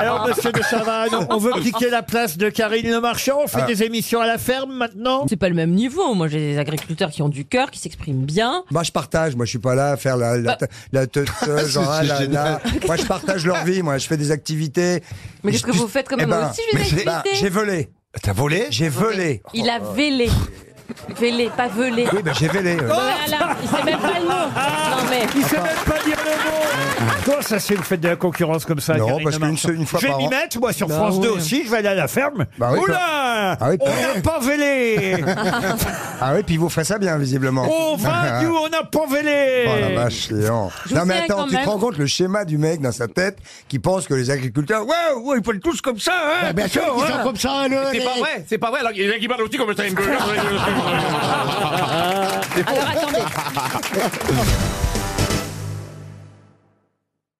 Alors, Ah. monsieur de Chavannes, on veut piquer la place de Karine Le Marchand. On fait Ah. des émissions à la ferme maintenant. C'est pas le même niveau. Moi, j'ai des agriculteurs qui ont du cœur, qui s'expriment bien. Moi, je partage. Moi, je suis pas là à faire la, la, Bah. te- la teuteuse, C'est hein, la- génial. la- Moi, je partage leur vie. Moi, je fais des activités. Mais qu'est-ce Je- que vous faites quand même Eh ben, Moi aussi, je mais vais j'ai- bah, J'ai activités. volé. T'as volé J'ai volé. Il a vélé. Vélé, pas velé. Oui, ben, j'ai volé. euh. Voilà, il sait même pas le nom. Non mais. Ah, Il sait même pas dire le mot. Comment ça c'est vous faites de la concurrence comme ça Ah. Non, Karine parce Le qu'une Marchand seule- une fois Je vais par m'y an. mettre, moi, sur Bah France 2 oui. aussi. Je vais aller à la ferme. Bah oui, Oula Ah oui, On bah n'a oui. pas vélé Ah oui, puis vous faites ça bien, visiblement. On va, nous, on n'a pas vélé Oh la vache, Léon. Oh, Je vous Non mais dirais attends, quand tu te même- rends compte le schéma du mec dans sa tête qui pense que les agriculteurs, waouh, waouh, ils parlent tous comme Ah, ça, hein Bien sûr, ils sont comme ça, le. C'est pas vrai, c'est pas vrai. Alors, il y en a qui parlent aussi Hein, comme ça. Alors attendez.